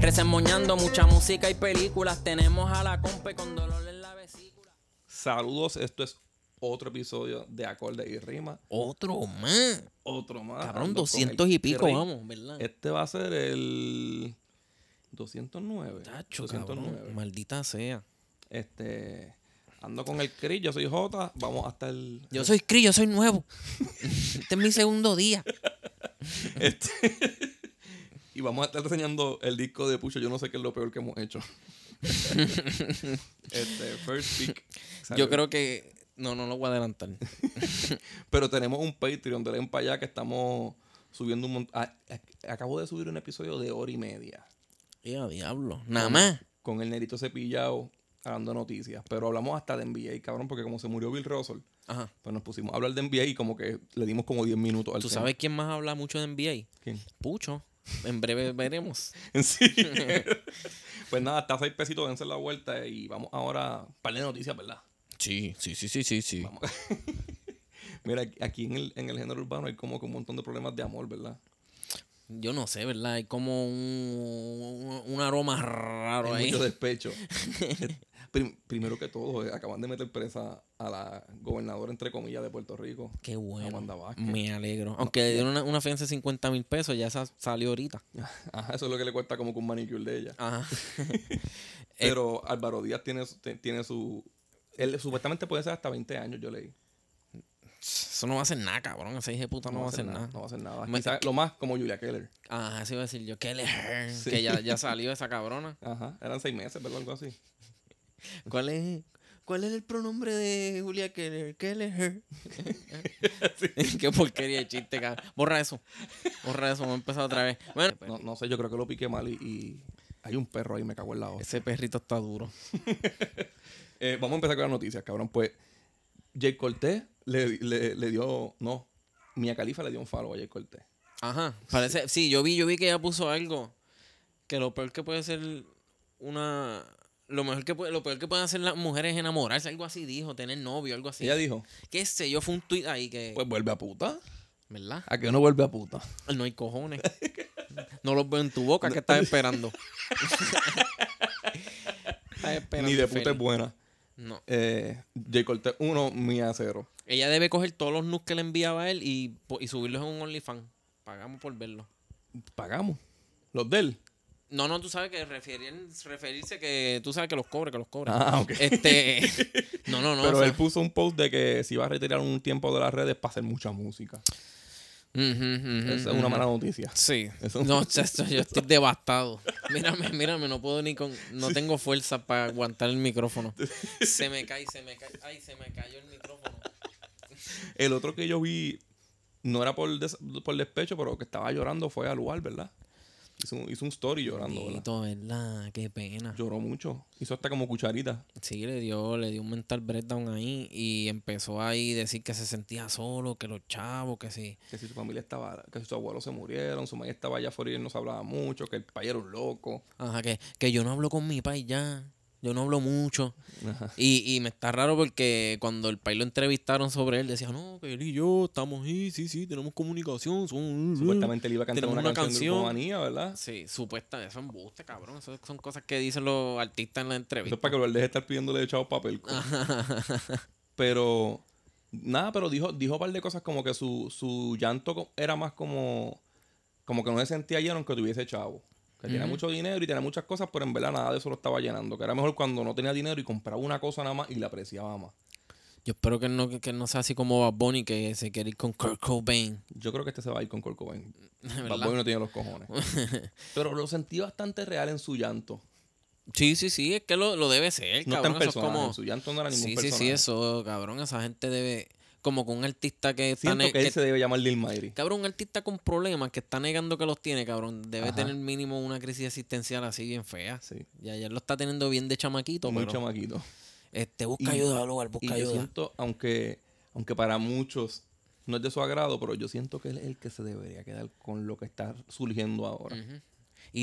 Resemoñando mucha música y películas. Tenemos a la compa con dolor en la vesícula. Saludos, esto es otro episodio de Acorde y Rima. Otro más. Otro más. Cabrón, Ando con 200 el y pico, Rey. vamos, ¿verdad? Este va a ser el 209. Tacho, cabrón, maldita sea. Este, ando con el Cris, yo soy Jota, vamos hasta el... Yo soy Cri, yo soy nuevo. este es mi segundo día. Este, y vamos a estar reseñando el disco de Pucho, yo no sé qué es lo peor que hemos hecho. este, First Pick. Yo salió. creo que. No, no lo voy a adelantar. Pero tenemos un Patreon, de para allá que estamos subiendo un montón... Acabo de subir un episodio de hora y media. Ya, diablo. Nada más. con el Nerito Cepillado hablando noticias. Pero hablamos hasta de NBA, cabrón, porque como se murió Bill Russell, Ajá. pues nos pusimos a hablar de NBA y como que le dimos como 10 minutos al ¿Tú tema. sabes quién más habla mucho de NBA? ¿Quién? Pucho. En breve veremos. Sí. pues nada, hasta 6 pesitos, dense la vuelta y vamos ahora a par de noticias, ¿verdad? Sí, sí, sí, sí, sí, sí. Vamos. Mira, aquí en el, en el género urbano hay como que un montón de problemas de amor, ¿verdad? Yo no sé, ¿verdad? Hay como un, un aroma raro Hay ahí. mucho despecho. Prim- primero que todo, eh, acaban de meter presa a la gobernadora, entre comillas, de Puerto Rico. Qué Wanda bueno. Vázquez. Me alegro. Aunque le dieron una, una fianza de 50 mil pesos, ya esa salió ahorita. Ajá, eso es lo que le cuesta como que un manicure de ella. Ajá. Pero Álvaro Díaz tiene, su- te- tiene su. Él supuestamente puede ser hasta 20 años, yo leí. Eso no va a hacer nada, cabrón. Ese hijo de puta no, va a hacer nada. No va a hacer nada. Me- Quizás lo más como Julia Keller. Ajá, eso iba a decir yo. Kelly Hearn, Sí. Que ya, ya salió esa cabrona. Ajá. Eran seis meses, ¿verdad? Algo así. ¿Cuál es, ¿Cuál es el pronombre de Julia Keller? Keller. Qué porquería de chiste, cabrón. Borra eso. Borra eso. Vamos a empezar otra vez. Bueno, No, no sé, yo creo que lo piqué mal y, y hay un perro ahí, me cago en la hostia. ese perrito está duro. Eh, vamos a empezar con las noticias, cabrón. Pues Jake Cortés le, le- le dio. No, Mia Califa le dio un follow a Jake Cortés. Ajá. Parece. Sí, yo vi, yo vi que ella puso algo. Que lo peor que puede ser una. Lo mejor que puede, lo peor que pueden hacer las mujeres es enamorarse, algo así dijo, tener novio, algo así. Ella dijo: Qué sé yo, fue un tuit ahí que. Pues vuelve a puta. ¿Verdad? ¿A que no vuelve a puta? No hay cojones. No los veo en tu boca, ¿qué estás esperando? estás esperando. Ni de feliz. puta es buena. No. Eh, Jake Cortés 1, Mia 0. Ella debe coger todos los nudes que le enviaba a él y, po- y subirlos en un OnlyFans. Pagamos por verlo. Pagamos. Los de él. No, no, tú sabes que referir- referirse que tú sabes que los cobre, que los cobre. Ah, ok. Este. No, no, no. Pero o sea, él puso un post de que se iba a retirar un tiempo de las redes para hacer mucha música. ujú, ujú, Esa es ujú. una mala noticia. Sí. Eso- No, chacho, yo estoy devastado. Mírame, mírame, no puedo ni con. No tengo fuerza para aguantar el micrófono. Se me cae, se me cae. Ay, se me cayó el micrófono. El otro que yo vi, no era por, des- por despecho, pero que estaba llorando fue a Luar, ¿verdad? Hizo un, hizo un story llorando, ¿verdad? Bendito, ¿verdad? Qué pena. Lloró mucho. Hizo hasta como cucharita. Sí, le dio, le dio un mental breakdown ahí y empezó ahí a decir que se sentía solo, que los chavos, que sí. Que si su familia estaba, que sus abuelos se murieron, su madre estaba allá afuera y él no se hablaba mucho, que el país era un loco. Ajá, que, que yo no hablo con mi país ya. Yo no hablo mucho. Ajá. Y, y me está raro porque cuando el país lo entrevistaron sobre él, decía, no, que él y yo estamos ahí, sí, sí, tenemos comunicación. uh, somos- Supuestamente él iba a cantar Tenemos una, una canción, de canción. Grupo Manía, ¿verdad? Sí, supuesta, eso es embuste, cabrón. Eso son cosas que dicen los artistas en la Eso entrevista. es para que lo deje de estar pidiéndole echado papel. Pero, nada, pero dijo, dijo un par de cosas como que su, su llanto co- era más como, como que no se sentía lleno aunque tuviese chavo. Que tenía mucho dinero y tenía muchas cosas, pero en verdad nada de eso lo estaba llenando. Que era mejor cuando no tenía dinero y compraba una cosa nada más y la apreciaba más. Yo espero que él no, que, que él no sea así como Bad Bunny, que se quiere ir con Kurt Cobain. Yo creo que este se va a ir con Kurt Cobain. Bad ¿verdad? Bunny no tiene los cojones. pero lo sentí bastante real en su llanto. Sí, sí, sí, es que lo, lo debe ser, No cabrón. tan eso es personal. como... Su llanto no era ningún Sí, sí, personaje. sí, eso, cabrón, esa gente debe... como con un artista que está Siento ne- que él que- se debe llamar Lil Mayri. Cabrón, un artista con problemas que está negando que los tiene, cabrón, debe Ajá. tener mínimo una crisis existencial así bien fea. Sí. Ya, ya lo está teniendo bien de chamaquito, Muy pero chamaquito. este, busca Y- ayuda, Lugar, Y busca yo ayuda. siento, aunque, aunque para muchos no es de su agrado, pero yo siento que él es el que se debería quedar con lo que está surgiendo ahora. Ujú. Y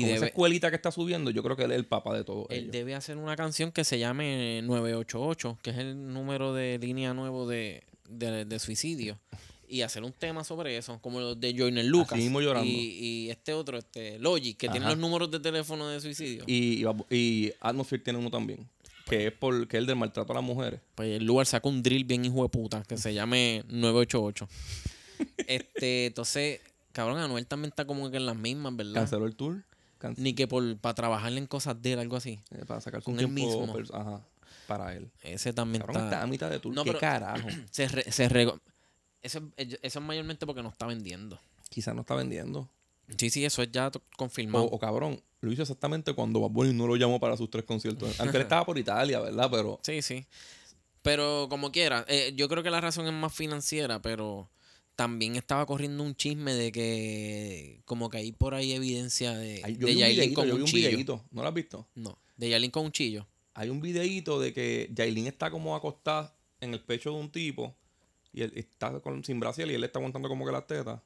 Y con esa debe, escuelita que está subiendo, yo creo que él es el papá de todo él ello. debe hacer una canción que se llame 988, que es el número de línea nuevo de, de, de suicidio. Y hacer un tema sobre eso, como los de Joyner Lucas. mismo llorando. Y, y este otro, este Logic, que tiene Ajá. los números de teléfono de suicidio. Y, y, Bad Bu- y Atmosphere tiene uno también, que es, por, que es el del maltrato a las mujeres. Pues el lugar saca un drill bien hijo de puta que se llame 988. este, entonces, cabrón, Anuel también está como que en las mismas, ¿verdad? Canceló el tour. can- Ni que por para trabajarle en cosas de él, algo así. eh, para sacar con un él tiempo mismo. pers- ajá, para él. Ese también Cabrón, está a mitad de tour. No, ¿Qué pero- carajo? Se, re- se rego- Eso, es- eso es mayormente porque no está vendiendo. Quizás no está vendiendo. Sí, sí, eso es ya to- O, confirmado. o cabrón, lo hizo exactamente cuando Bad Bunny no lo llamó para sus tres conciertos. Aunque él estaba por Italia, ¿verdad? Pero Sí, sí. Pero como quiera, eh, yo creo que la razón es más financiera, pero también estaba corriendo un chisme de que como que hay por ahí evidencia de, hay- de yo, vi un Yailin videíto, con yo vi un un chillo. videíto. ¿No lo has visto? No, de Yailin con un chillo. Hay un videíto de que Yailin está como acostada en el pecho de un tipo y él está con, sin brasil y él le está aguantando como que las tetas.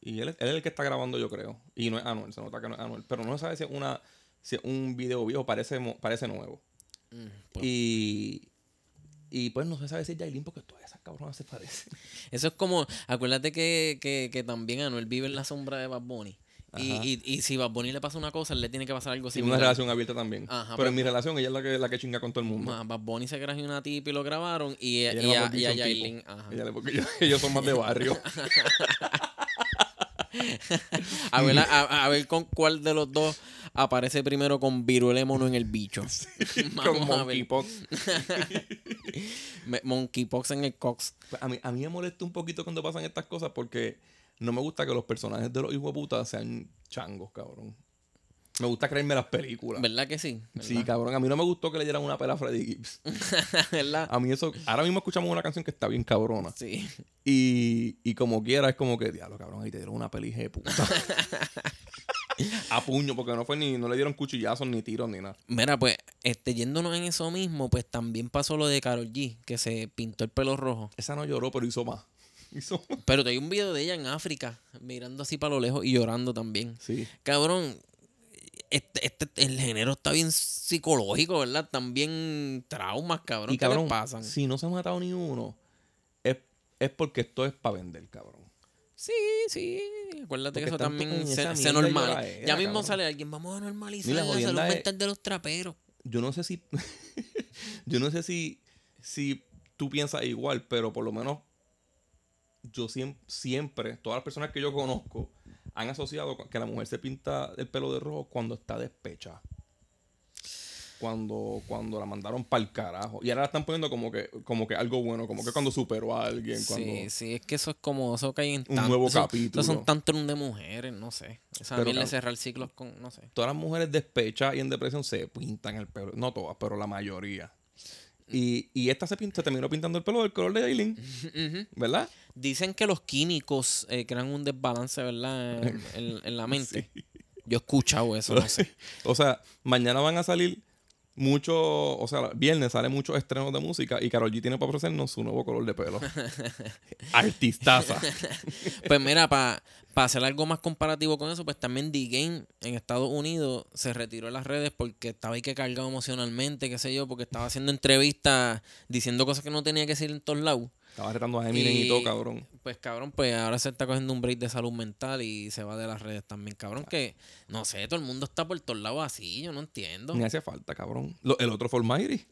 Y él, es- él es el que está grabando, yo creo. Y no es Anuel, se nota que no es Anuel. Pero no se sabe si es, una, si es un video viejo, parece, mo- parece nuevo. Mm, pues, Y, y pues no se sabe si es Yailin porque todas esas cabronas se parecen. Eso es como, acuérdate que, que, que también Anuel vive en la sombra de Bad Bunny. Y, Ajá. y, y si Bad Bunny le pasa una cosa, él le tiene que pasar algo Sí, una similar. relación abierta también. Ajá, pero, pero- en mi relación ella es la que, la que chinga con todo el mundo. Ma, Bad Bunny se grajeó una tipa y lo grabaron. Y, y, Ella le va a, por y a piso a un tipo. Yailin, ajá. Ella le- porque ellos, ellos son más de barrio. A ver, la- a, a ver con cuál de los dos aparece primero con viruela de mono en el bicho. con Vamos a ver. monkeypox. Me- Monkeypox en el cox. Pues A mí, a mí me molesta un poquito cuando pasan estas cosas porque no me gusta que los personajes de los hijos de puta sean changos, cabrón. Me gusta creerme las películas. ¿Verdad que sí? ¿Verdad? Sí, cabrón. A mí no me gustó que le dieran una pela a Freddy Gibbs. ¿Verdad? A mí eso... Ahora mismo escuchamos una canción que está bien cabrona. Sí. Y, y como quiera, es como que, diablo, cabrón, ahí te dieron una peli de puta. a puño, porque no fue ni... No le dieron cuchillazos, ni tiros, ni nada. Mira, pues, este, yéndonos en eso mismo, pues también pasó lo de Carol G, que se pintó el pelo rojo. Esa no lloró, pero hizo más. Hizo más. Pero te hay un video de ella en África, mirando así para lo lejos y llorando también. Sí. Cabrón, este, este- el género está bien psicológico, ¿verdad? También traumas, cabrón. Y cabrón, ¿Qué le pasan? si no se ha matado ni uno, es, es porque esto es para vender, cabrón. Sí, sí. Acuérdate Porque que eso están también con esa se, se mierda normal. lloradera, Ya mismo cabrón. sale alguien, vamos a normalizar Mira, la, salud jodienda es- mental de los traperos. Yo no sé si. yo no sé si. Si tú piensas igual, pero por lo menos. Yo siem- siempre, todas las personas que yo conozco han asociado con- que la mujer se pinta el pelo de rojo cuando está despechada. Cuando, cuando la mandaron para el carajo. Y ahora la están poniendo como que, como que algo bueno, como que cuando superó a alguien. cuando... Sí, sí, es que eso es como, eso cae en Un tan- nuevo eso- capítulo. Eso son tantrums de mujeres, no sé. Esa Pero, mierda de cabrón. cerrar ciclos con, no sé. todas las mujeres despechadas y en depresión se pintan el pelo. No todas, pero la mayoría. Y, y esta se, pinta, se terminó pintando el pelo del color de Aileen, Ujú. ¿verdad? Dicen que los químicos eh, crean un desbalance, ¿verdad? En, en- en la mente. Yo he escuchado eso, no sé. O sea, mañana van a salir muchos, o sea, viernes salen muchos estrenos de música y Karol G tiene para ofrecernos su nuevo color de pelo. Artistaza. Pues mira, para hacer algo más comparativo con eso, pues también D-Game en Estados Unidos se retiró de las redes porque estaba ahí que cargado emocionalmente, qué sé yo, porque estaba haciendo entrevistas diciendo cosas que no tenía que decir en todos lados. Estaba retando a Eminem y, Y- todo, cabrón. Pues cabrón, pues ahora se está cogiendo un break de salud mental y se va de las redes también, cabrón, que no sé, todo el mundo está por todos lados así, yo no entiendo. Ni hace falta, cabrón. Lo- el otro Formairi.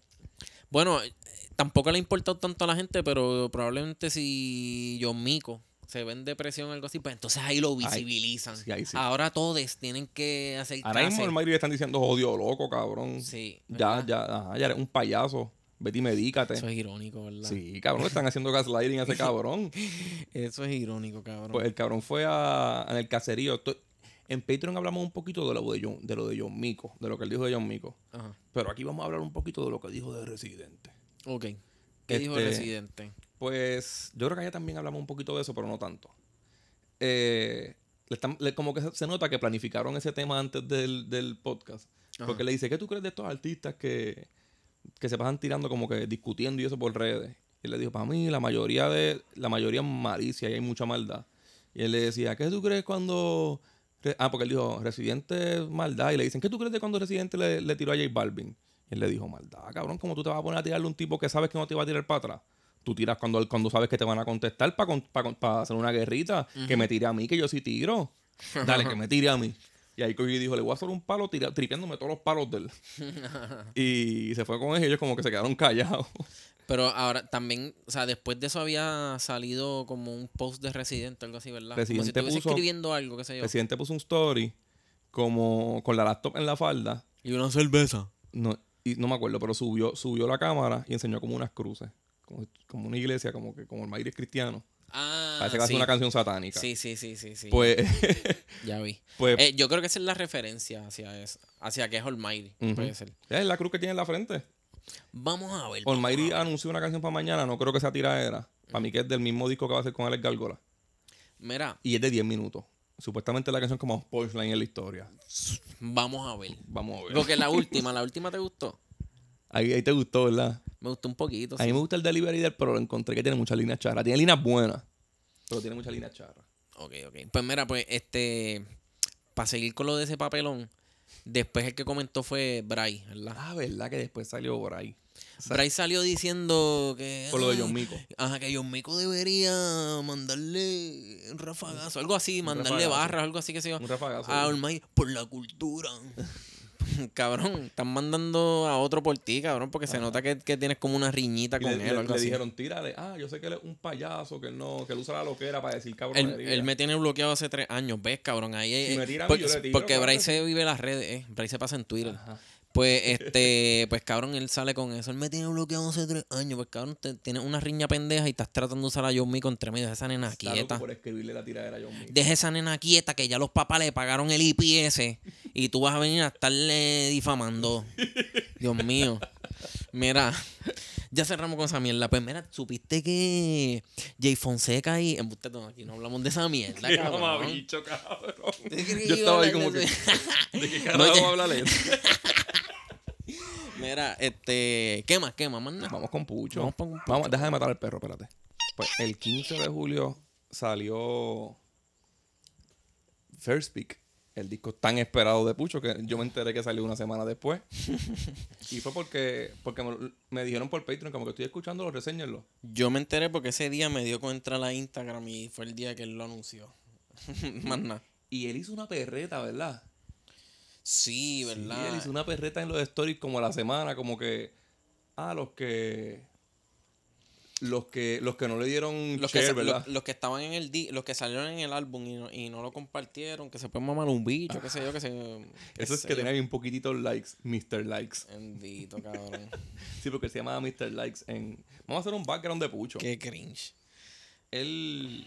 Bueno, eh, tampoco le ha importado tanto a la gente, pero probablemente si John Mico se ve en depresión o algo así, pues entonces ahí lo visibilizan. sí, ahí sí. Ahora todos tienen que hacer Ahora mismo clase. el Mayri le están diciendo, odio loco, cabrón. Sí, ya, ¿verdad? ya, ajá, ya eres un payaso. Vete y medícate. Eso es irónico, ¿verdad? Sí, cabrón, le están haciendo gaslighting a ese cabrón. Eso es irónico, cabrón. Pues el cabrón fue a, en el caserío. Esto- en Patreon hablamos un poquito de lo de, John, de lo de John Mico, de lo que él dijo de John Mico. Ajá. Pero aquí vamos a hablar un poquito de lo que dijo de Residente. Ok. ¿Qué dijo el Este- residente? Pues yo creo que allá también hablamos un poquito de eso, pero no tanto. Eh, le están- le- como que se, se nota que planificaron ese tema antes del, del podcast. Ajá. Porque le dice, ¿qué tú crees de estos artistas que, que se pasan tirando como que discutiendo y eso por redes? Y él le dijo, para mí la mayoría de la mayoría es malicia y hay mucha maldad. Y él le decía, ¿qué tú crees cuando... Re- Ah, porque él dijo, Residente es maldad. Y le dicen, ¿qué tú crees de cuando Residente le, le tiró a J Balvin? Y él le dijo, maldad, cabrón, ¿cómo tú te vas a poner a tirarle a un tipo que sabes que no te va a tirar para atrás? Tú tiras cuando, cuando sabes que te van a contestar para hacer una guerrita. Que me tire a mí, que yo sí tiro. Dale, que me tire a mí. Y ahí cogí y dijo, le voy a hacer un palo tira- tripeándome todos los palos de él. y se fue con ellos, ellos como que se quedaron callados. Pero ahora también, o sea, después de eso había salido como un post de Residente, algo así, ¿verdad? como si Residente estuviese puso- escribiendo algo, qué sé El yo. presidente puso un story como con la laptop en la falda. Y una cerveza. No, y no me acuerdo, pero subió, subió la cámara y enseñó como unas cruces. Como, como una iglesia, como que como el Mayre es cristiano. Ah, Parece que hace sí. una canción satánica. sí, sí, sí, sí, sí. Pues, ya vi. pues Eh, yo creo que esa es la referencia hacia eso, hacia que es Almighty, Ujú. puede ser. es la cruz que tiene en la frente. Vamos a ver. Almighty anunció una canción para mañana, no creo que sea tiradera. Para mí que es del mismo disco que va a hacer con Alex Gárgola. Mira, Y es de 10 minutos. Supuestamente la canción como punchline en la historia. vamos a ver. Vamos a ver. Porque la última, la última te gustó. Ahí, ahí te gustó, ¿verdad? Me gustó un poquito. A mí sí. me gusta el delivery del, pero lo encontré que tiene muchas líneas charras. Tiene líneas buenas, pero tiene muchas líneas charras. Ok, ok. Pues mira, pues este. Para seguir con lo de ese papelón, después el que comentó fue Bray, ¿verdad? Ah, ¿verdad? Que después salió por ahí. Bray salió diciendo que. Por lo de "Ah, John Mico. Ajá, que John Mico debería mandarle un rafagazo, algo así, Un mandarle rafagazo. barras, algo así que se yo. Un rafagazo. A Olmay, por la cultura. cabrón, están mandando a otro por ti, cabrón, porque se nota que, que tienes como una riñita Y con le, él. le- algo le así. dijeron, tírale. Ah, yo sé que él es un payaso, que él no, que él usa la loquera para decir cabrón. Él, él me tiene bloqueado hace tres años, ¿ves, cabrón? Ahí Si eh, me tira a mí, porque, yo le tiro, porque cabrón. Bray se vive las redes, eh. Bray se pasa en Twitter. Pues, este, pues cabrón, él sale con eso. Él me tiene bloqueado hace tres años. Pues cabrón, te- tienes una riña pendeja y estás tratando de usar a John Mico entre medio. Deja esa nena quieta. por escribirle la tiradera a John Mico. Deja esa nena quieta que ya los papás le pagaron el IPS y tú vas a venir a estarle difamando. Dios mío. Mira, ya cerramos con esa mierda. Pues mira, supiste que Jay Fonseca y. Embuste, no, aquí no hablamos de esa mierda. Qué cabrón. mamabicho, cabrón. ¿Tú crees que Yo iba a estaba ahí hablar como de que. eso? ¿De qué No, carajo ya- va a hablar eso? Mira, este. ¿Qué más? ¿Qué más? Más nada. Vamos con Pucho. Vamos Vamos, con Pucho. deja de matar al perro, espérate. Pues el 15 de julio salió First Pick, el disco tan esperado de Pucho que yo me enteré que salió una semana después. y fue porque, porque me, lo- me dijeron por Patreon, como que estoy escuchándolo, reséñenlo. Yo me enteré porque ese día me dio con entrar a Instagram y fue el día que él lo anunció. más nada. Y él hizo una perreta, ¿verdad? Sí, ¿verdad? Sí, él hizo una perreta en los stories como a la semana, como que. Ah, los que. Los que, los que no le dieron los, que, share, sa- ¿verdad? lo- los que estaban en el di- los que salieron en el álbum y no, y no lo compartieron, que se pueden mamar un bicho, qué sé yo, que se. qué Eso es sé que yo. tenía bien poquititos likes, Mr. Likes. Bendito, cabrón. Sí, porque él se llamaba Mr. Likes en... Vamos a hacer un background de Pucho. qué cringe. Él,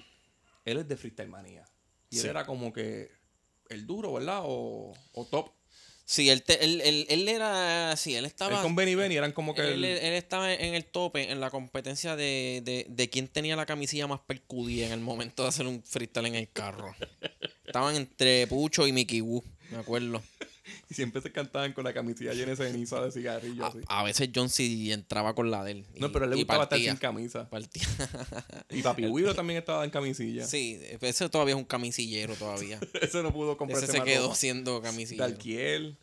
él es de Freestyle Manía. Y Sí. él era como que el duro, ¿verdad? O, o top. Sí, él, te- él, él- él era. Sí, él Él estaba. con Benny Benny eran como que... él, el- él estaba en el tope, en la competencia de, de, de quién tenía la camisilla más percudida en el momento de hacer un freestyle en el carro. Estaban entre Pucho y Mickey Wu, me acuerdo. Y siempre se cantaban con la camisilla llena de ceniza de cigarrillo. A, así. a veces John sí entraba con la de él. y- No, pero a él le Ah, y gustaba partía, estar sin camisa. partía. Y Papi Willow también estaba en camisilla. Sí, ese todavía es un camisillero todavía. Ese no pudo ese comprarse se más quedó ropa. siendo camisillero. Dalquiel.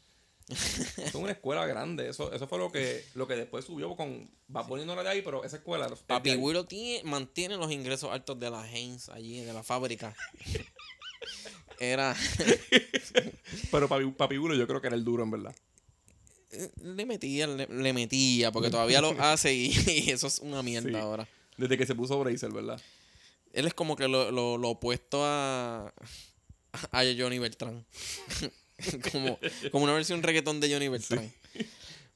es una escuela grande. Eso, eso fue lo que, lo que después subió con... Va poniéndola de ahí, pero esa escuela... es de Papi ahí. Willow tiene- mantiene los ingresos altos de la Heinz allí, de la fábrica. Era. Pero Papi, Papi Willow yo creo que era el duro, en verdad. eh, Le metía, le, le metía, porque todavía lo hace y, y eso es una mierda Sí. ahora. Desde que se puso Bracer, ¿verdad? Él es como que lo, lo- lo opuesto a. a Johnny Beltrán. como, como una versión reggaetón de Johnny Beltrán.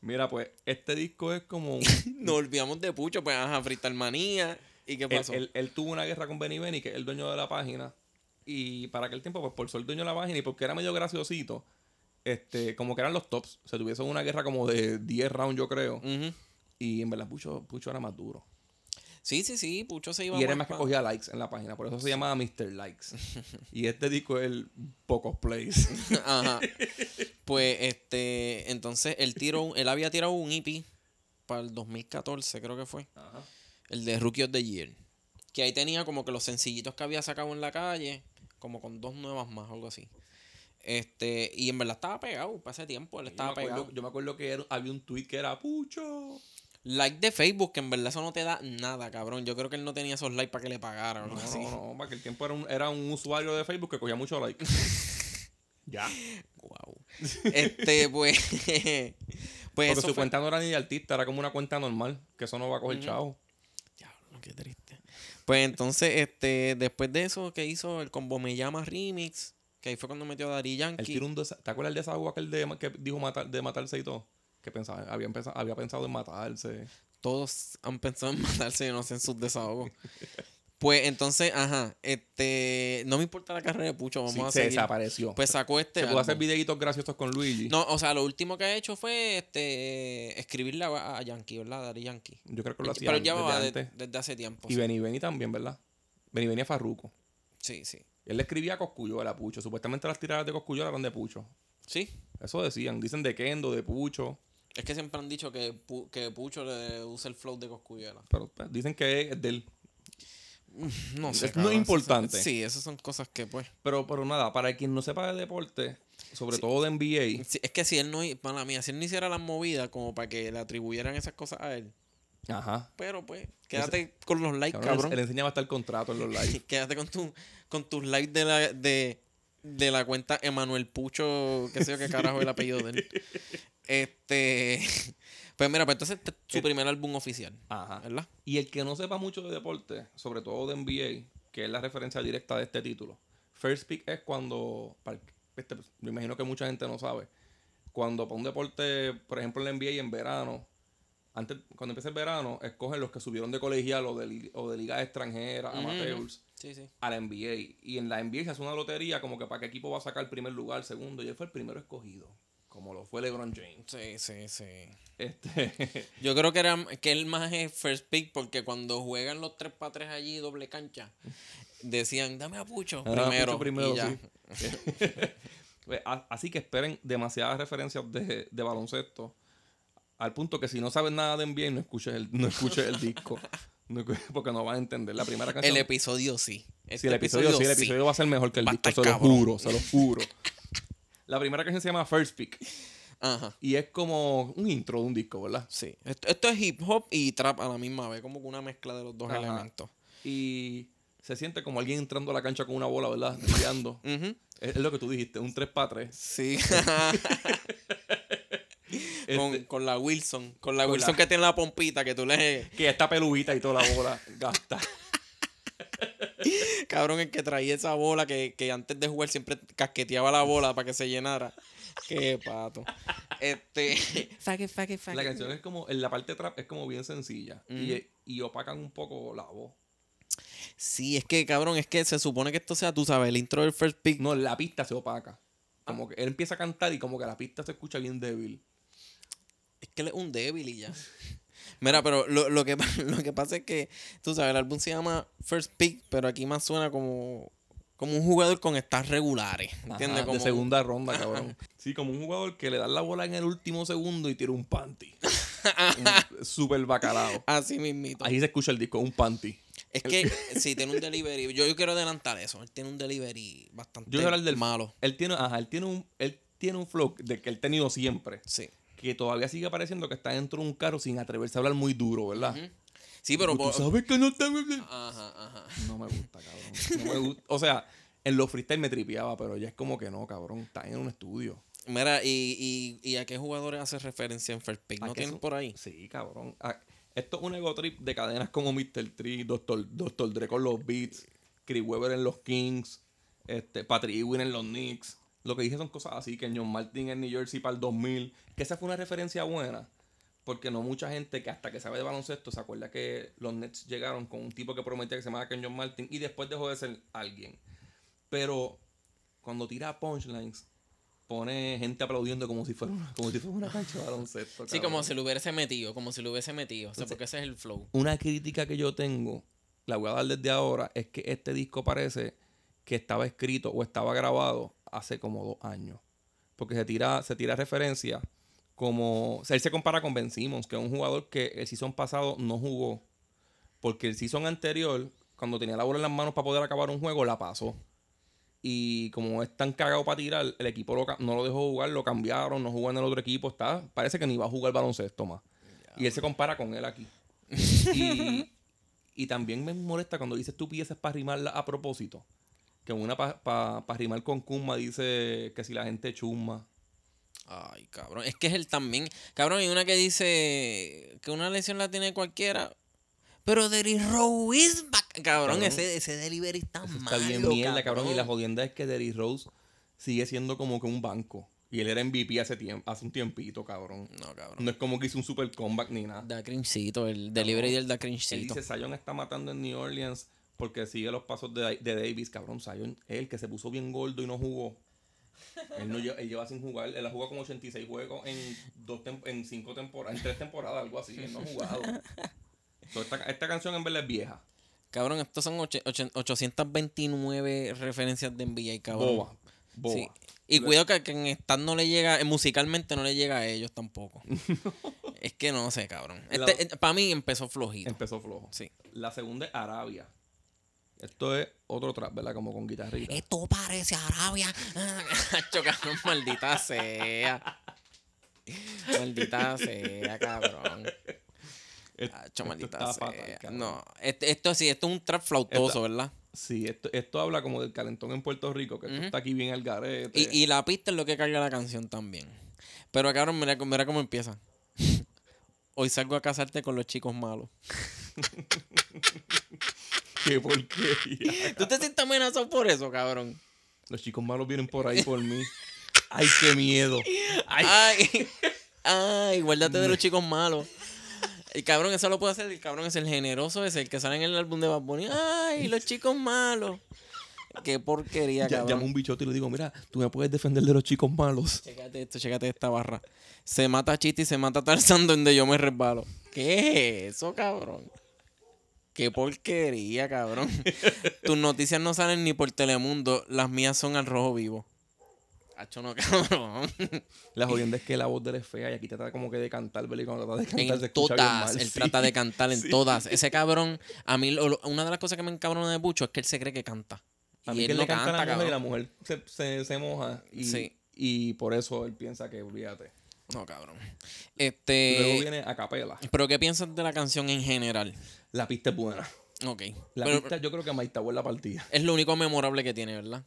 Mira, pues este disco es como. un- Nos olvidamos de Pucho, pues ajá, Freestyle Manía. ¿Y qué él, pasó? él- él tuvo una guerra con Benny Benny, que es el dueño de la página. Y para aquel tiempo, pues por ser dueño de la página y porque era medio graciosito, este, como que eran los tops. Se tuviesen Mm. una guerra como de 10 rounds, yo creo. Ujú. Y en verdad, Pucho, Pucho era más duro. Sí, sí, sí, Pucho se iba Y era por- el más que cogía likes en la página, por eso se llamaba Mr. Likes. y este disco es el Pocos Plays. Ajá. Pues este, entonces él tiró, él había tirado un hippie para el 2014, creo que fue. Ajá. El de Rookie of the Year. Que ahí tenía como que los sencillitos que había sacado en la calle, como con dos nuevas más, algo así. Este, y en verdad estaba pegado para ese tiempo, él estaba yo, me pegado. acuerdo, yo me acuerdo que era- había un tweet que era Pucho. Like de Facebook, que en verdad eso no te da nada, cabrón. Yo creo que él no tenía esos likes para que le pagaran. No, algo así. no, no, para aquel tiempo era un, era un usuario de Facebook que cogía mucho like. ya. Guau. Este, pues. pues Porque eso su fue- cuenta no era ni de artista, era como una cuenta normal, que eso no va a coger chavo. Diablo, qué triste. Pues entonces, este, después de eso que hizo el combo Me Llama Remix, que ahí fue cuando metió a Dari El Yankee. tiro un desa- ¿Te acuerdas el desahogo aquel de, que dijo matar, de matarse y todo? Que pensaba, había, empeza- había pensado en matarse. Todos han pensado en matarse y no sé en sus desahogos. pues entonces, ajá, este, no me importa la carrera de Pucho, vamos Sí, a se seguir. desapareció. Pues sacó este. se pudo hacer álbum. videitos graciosos con Luigi. No, o sea, lo último que ha hecho fue este escribirle a, a Yankee, ¿verdad? Dari Yankee. Yo creo que lo hacía Pero ya va de- desde desde, antes. hace tiempo. Y sí. Benny Benny también, ¿verdad? Benny Benny a Farruko. Sí, sí. Él le escribía a Coscuyola, a Pucho. Supuestamente las tiradas de Coscuyola eran de Pucho. Sí. Eso decían. Dicen de Kendo, de Pucho. Es que siempre han dicho que, Pu- que Pucho le usa el flow de Coscuyuela. Pero pues, dicen que es del. No Es sé. muy cabrón, importante. eso- sí, esas son cosas que, pues. Pero, pero nada, para quien no sepa de deporte, sobre todo de NBA, si- es que si él no. hi- Para mí, si él no hiciera las movidas como para que le atribuyeran esas cosas a él. ajá. Pero, pues, quédate con los likes, Cabrón, cabrón. Él, él enseñaba hasta el contrato en los live. Quédate con, tu, con tus likes de la, de, de la cuenta Emanuel Pucho, qué sé yo qué carajo es el apellido de él. Este. Pues mira, pues entonces este es su primer álbum oficial, Ajá. ¿verdad? Y el que no sepa mucho de deporte, sobre todo de NBA, que es la referencia directa de este título. First pick es cuando, para el- este, pues, me imagino que mucha gente no sabe, cuando para un deporte, por ejemplo en la NBA en verano, antes, cuando empieza el verano, escogen los que subieron de colegial o de, li- o de ligas extranjeras, amateurs, Sí, sí. a la NBA. Y en la NBA se hace una lotería como que para qué equipo va a sacar el primer lugar, segundo, y él fue el primero escogido, como lo fue LeBron James. Sí, sí, sí. Este, Yo creo que era que él más es first pick porque cuando juegan los 3 para 3 allí doble cancha decían, "Dame a Pucho Ahora primero." Pucho y ya. pues, sí. Pues, a- Así que esperen demasiadas referencias de, de baloncesto. Al punto que si no sabes nada de NBA, no escuches el, no escuches el disco. No escu- porque no vas a entender la primera canción. El episodio sí. Sí, Este el episodio, sí, el episodio va a ser mejor que el Va a disco, se estar lo cabrón. juro, se lo juro. La primera canción se llama First Pick Ajá. y es como un intro de un disco, ¿verdad? Sí. Esto, esto es hip hop y trap a la misma vez, como que una mezcla de los dos Ajá. elementos. Y se siente como alguien entrando a la cancha con una bola, ¿verdad? Tirando. Ujú. es, es lo que tú dijiste, un 3 para 3. Sí. con, con la Wilson, con la Este Con Wilson la- que tiene la pompita que tú le Que está peludita y toda la bola gasta. cabrón el que traía esa bola que, que antes de jugar siempre casqueteaba la bola para que se llenara. Qué pato. Este La canción es como, en la parte trap es como bien sencilla. Y, y opacan un poco la voz. Sí, es que cabrón, es que se supone que esto sea, tú sabes, el intro del first pick. No, la pista se opaca. Ah. Como que él empieza a cantar y como que la pista se escucha bien débil. Es que él es un débil y ya. Mira, pero lo, lo que, pa- lo que pasa es que, tú sabes, el álbum se llama First Pick, pero aquí más suena como, como un jugador con estas regulares. ¿Entiendes? Ajá, como, De segunda ronda, cabrón. Sí, como un jugador que le dan la bola en el último segundo y tira un panty. Un Súper bacalao. Así mismito. Ahí se escucha el disco, un panty. Es que sí, tiene un delivery. Yo, yo quiero adelantar eso. Él tiene un delivery bastante Yo voy a hablar del malo. Él tiene, ajá, él tiene un, él tiene un flow de que él ha tenido siempre. Sí. Que todavía sigue apareciendo que está dentro de un carro sin atreverse a hablar muy duro, ¿verdad? Sí, pero... Tú por- sabes que no te... Ajá, ajá. No me gusta, cabrón. No me gusta. O sea, en los freestyle me tripeaba, pero ya es como que no, cabrón. Está en un estudio. Mira, y, y, ¿y a qué jugadores hace referencia en First Pick? ¿A ¿No qué tienen su- por ahí? Sí, cabrón. Ah, esto es un ego trip de cadenas como Mr. Tree, Dr. Dr. Dre con los Beats, Chris Webber en los Kings, este, Patrick Ewing en los Knicks. Lo que dije son cosas así, que John Martin en New Jersey para el 2000. Que esa fue una referencia buena. Porque no mucha gente que hasta que sabe de baloncesto se acuerda que los Nets llegaron con un tipo que prometía que se llamaba John Martin y después dejó de ser alguien. Pero cuando tira punchlines, pone gente aplaudiendo como si fuera una, como si fuera una cancha de baloncesto. Sí, cabrón. como si lo hubiese metido, como si lo hubiese metido. O sea, Entonces- porque ese es el flow. Una crítica que yo tengo, la voy a dar desde ahora, es que este disco parece que estaba escrito o estaba grabado hace como dos años. Porque se tira, se tira referencia como. o sea, él se compara con Ben Simmons, que es un jugador que el season pasado no jugó. Porque el season anterior, cuando tenía la bola en las manos para poder acabar un juego, la pasó. Y como es tan cagado para tirar, el equipo lo ca- no lo dejó jugar, lo cambiaron, no jugó en el otro equipo. Está, parece que ni va a jugar baloncesto más. Y él se compara con él aquí. Y, y también me molesta cuando dice estupideces para rimarla a propósito. Que una para rimar con Kuma dice que si la gente chuma. Ay, cabrón. Es que es él también. Cabrón, y una que dice que una lesión la tiene cualquiera. Pero Derry Rowe is back. Cabrón, Cabrón. Ese, ese delivery está Eso mal. está bien mierda, cabrón. Y la jodienda es que Derry Rose sigue siendo como que un banco. Y él era MVP hace, tiempo, hace un tiempito, cabrón. No, cabrón. No es como que hizo un super comeback ni nada. Da cringecito, el delivery del da Él cringecito. dice, Zion está matando en New Orleans porque sigue los pasos de, de Davis, cabrón. Zion es el que se puso bien gordo y no jugó. Él, no lleva, él lleva sin jugar. Él ha jugado como 86 juegos en, dos tem- en, cinco temporadas, en tres temporadas, algo así. Él no ha jugado. So, esta, esta canción en verdad es vieja. Cabrón, estos son ocho- ocho- 829 referencias de NBA, cabrón. Boba. Boba. Sí. Y cuidado que, que en stand no le llega, eh, musicalmente no le llega a ellos tampoco. es que no sé, cabrón. Este, eh, La- Em- Para mí empezó flojito. Empezó flojo. Sí. La segunda es Arabia. Esto es otro trap, ¿verdad? Como con guitarrita. Esto parece Arabia. Ah, Chocaron, maldita sea. Maldita sea, cabrón. Esto- Hacho, esto maldita está sea. fatal, cabrón. no, este- esto sí, esto es un trap flautoso, Esta- ¿verdad? Sí, esto, esto habla como del calentón en Puerto Rico, que esto Ujú. está aquí bien al garete. Y, y la pista es lo que carga la canción también. Pero cabrón, mira, cómo- mira cómo empieza. Hoy salgo a casarte con los chicos malos. Qué porquería. ¿Tú te sientes amenazado por eso, cabrón? Los chicos malos vienen por ahí por mí. Ay, qué miedo. Ay, Ay, ay, guárdate de los chicos malos. El cabrón, eso lo puede hacer. El cabrón es el generoso, es el que sale en el álbum de Bad Bunny. Ay, los chicos malos. Qué porquería, ya, llamo a cabrón. un bichote y le digo, mira, tú me puedes defender de los chicos malos. Chécate esto, chécate esta barra. Se mata Chiti, se mata Tarzán donde yo me resbalo. ¿Qué es eso, cabrón? Qué porquería, cabrón. Tus noticias no salen ni por Telemundo, las mías son al rojo vivo. Hacho, no, cabrón. La jodienda es que la voz de él es fea y aquí trata como que de cantar, ¿verdad? Y cuando trata de cantar se en escucha bien todas. mal. Él sí. trata de cantar en Sí. todas. Ese cabrón, a mí, lo- lo- una de las cosas que me encabrona de Bucho es que él se cree que canta. A Y mí él que él no le canta, a la mujer canta, y la mujer se, se, se moja. Y, Sí. y por eso él piensa que, olvídate. No, cabrón. Este. Luego viene a capela. Pero, ¿qué piensas de la canción en general? La pista es buena. Ok. La Pero pista, yo creo que Maita es la partida. es lo único memorable que tiene, ¿verdad?